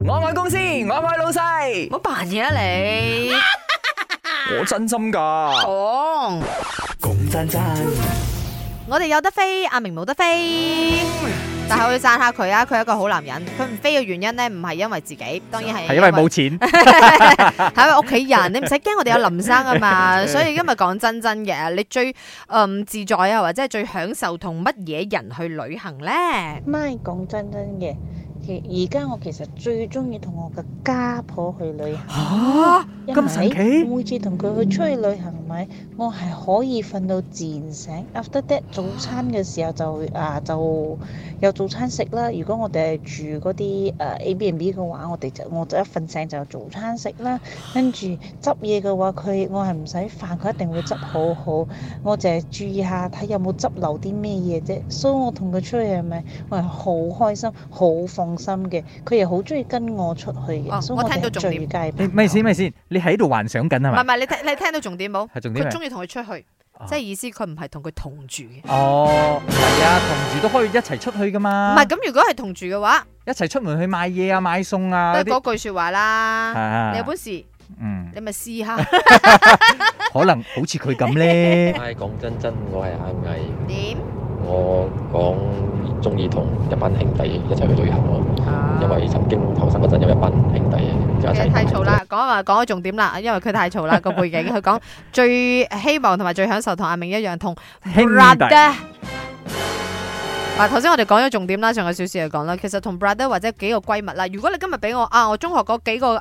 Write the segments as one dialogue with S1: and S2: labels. S1: 我愛公司，我愛老細，
S2: 冇扮嘢啊你！
S3: 嗯
S1: 我真心噶。
S2: 講，
S1: 講真真，
S2: 我哋有得飛，阿明冇得飛。但係我要讚下佢啊，佢係一個好男人。佢唔飛嘅原因呢，唔係因為自己，當然係
S3: 係因為冇錢，
S2: 係因為屋企人，你唔使驚，我哋有林生啊 嘛。所以今日講真真嘅，你最嗯自在啊，或者係最享受同乜嘢人去旅行呢？
S4: 咪講真真嘅，其而家我其實最中意同我嘅家婆去旅行，
S1: 吓
S4: 因
S1: 咁神奇
S4: 為每次同佢去出去旅行咪，我係可以瞓到自然醒。After that 早餐嘅時候就啊就有早餐食啦。如果我哋係住嗰啲誒啊 Airbnb 嘅話，我哋就我就一瞓醒就有早餐食啦。跟住執嘢嘅話，佢我係唔使煩，佢一定會執好好。我就係注意下睇有冇執漏啲咩嘢啫。所以我同佢出去係咪我係好開心、好放心嘅。佢又好中意跟我出去嘅，
S2: 哦
S4: 所以我
S2: 我聽
S4: 哋
S2: 到
S4: 係
S2: 重點
S4: 最佳
S3: 你
S4: 朋
S3: 咪
S4: 友
S3: 先咪先，你喺度幻想緊係
S2: 唔係
S3: 咪
S2: 唔？係，你聽你聽到重點冇？
S3: 係重點
S2: 佢
S3: 咩？
S2: 中意同佢出去，
S3: 哦
S2: 即係意思佢唔係同佢同住嘅。
S3: 哦，係啊，同住都可以一齊出去噶
S2: 唔
S3: 嘛，
S2: 係咁，如果係同住嘅話，
S3: 一齊出門去買嘢啊、買餸
S2: 都
S3: 啊
S2: 係
S3: 嗰啲，
S2: 嗰句說話啦。
S3: 啊
S2: 你有本事，
S3: 嗯，
S2: 你咪試 下。
S3: 可能好似佢咁 咧，
S5: 唉，講真真，我係阿毅，
S2: 點？
S5: 我講中意同一班兄弟一齊去旅行咯，因為曾經後生嗰陣有一班兄弟就一齊
S2: 佢
S5: 去
S2: 啊太嘈啦，講話講咗重點啦，因為佢太嘈 啦個背景，佢講最希望同埋最享受同阿明一樣同
S3: 兄
S2: brother
S3: 弟。。
S2: 嗱，頭先我哋講咗重點啦，仲有少少嘢講啦。其實同 brother 或者幾個閨蜜啦，如果你今日俾我啊，我中學嗰幾個誒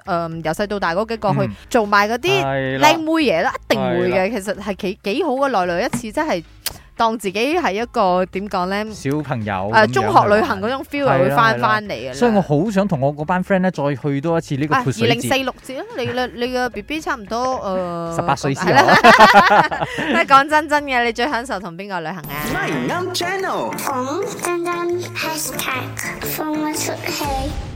S2: 誒由細到大嗰幾個去
S3: 嗯
S2: 做埋嗰啲
S3: 係啦
S2: 靚妹嘢啦，一定會嘅。其實係幾幾好嘅，來來一次真係當自己係一個點講咧
S3: 小朋友
S2: 誒
S3: 哦咁
S2: 啊中
S3: 樣
S2: 學
S3: 去
S2: 旅行
S3: 玩
S2: 嗰種 feel 又
S3: 係
S2: 會
S3: 啦
S2: 翻
S3: 係啦
S2: 翻嚟嘅啦。
S3: 所以我好想同我嗰班 friend 咧再去多一次呢個
S2: 啊，
S3: 潑
S2: 二
S3: 水
S2: 零四
S3: 節。
S2: 六節啦，你你你嘅 B B 差唔多誒
S3: 十八歲
S2: 係
S3: 先
S2: 啦。
S3: 啊，
S2: 但係講真真嘅，你最享受同邊個旅行啊？
S1: My Channel。
S6: 講真真 hashtag 放我出戲。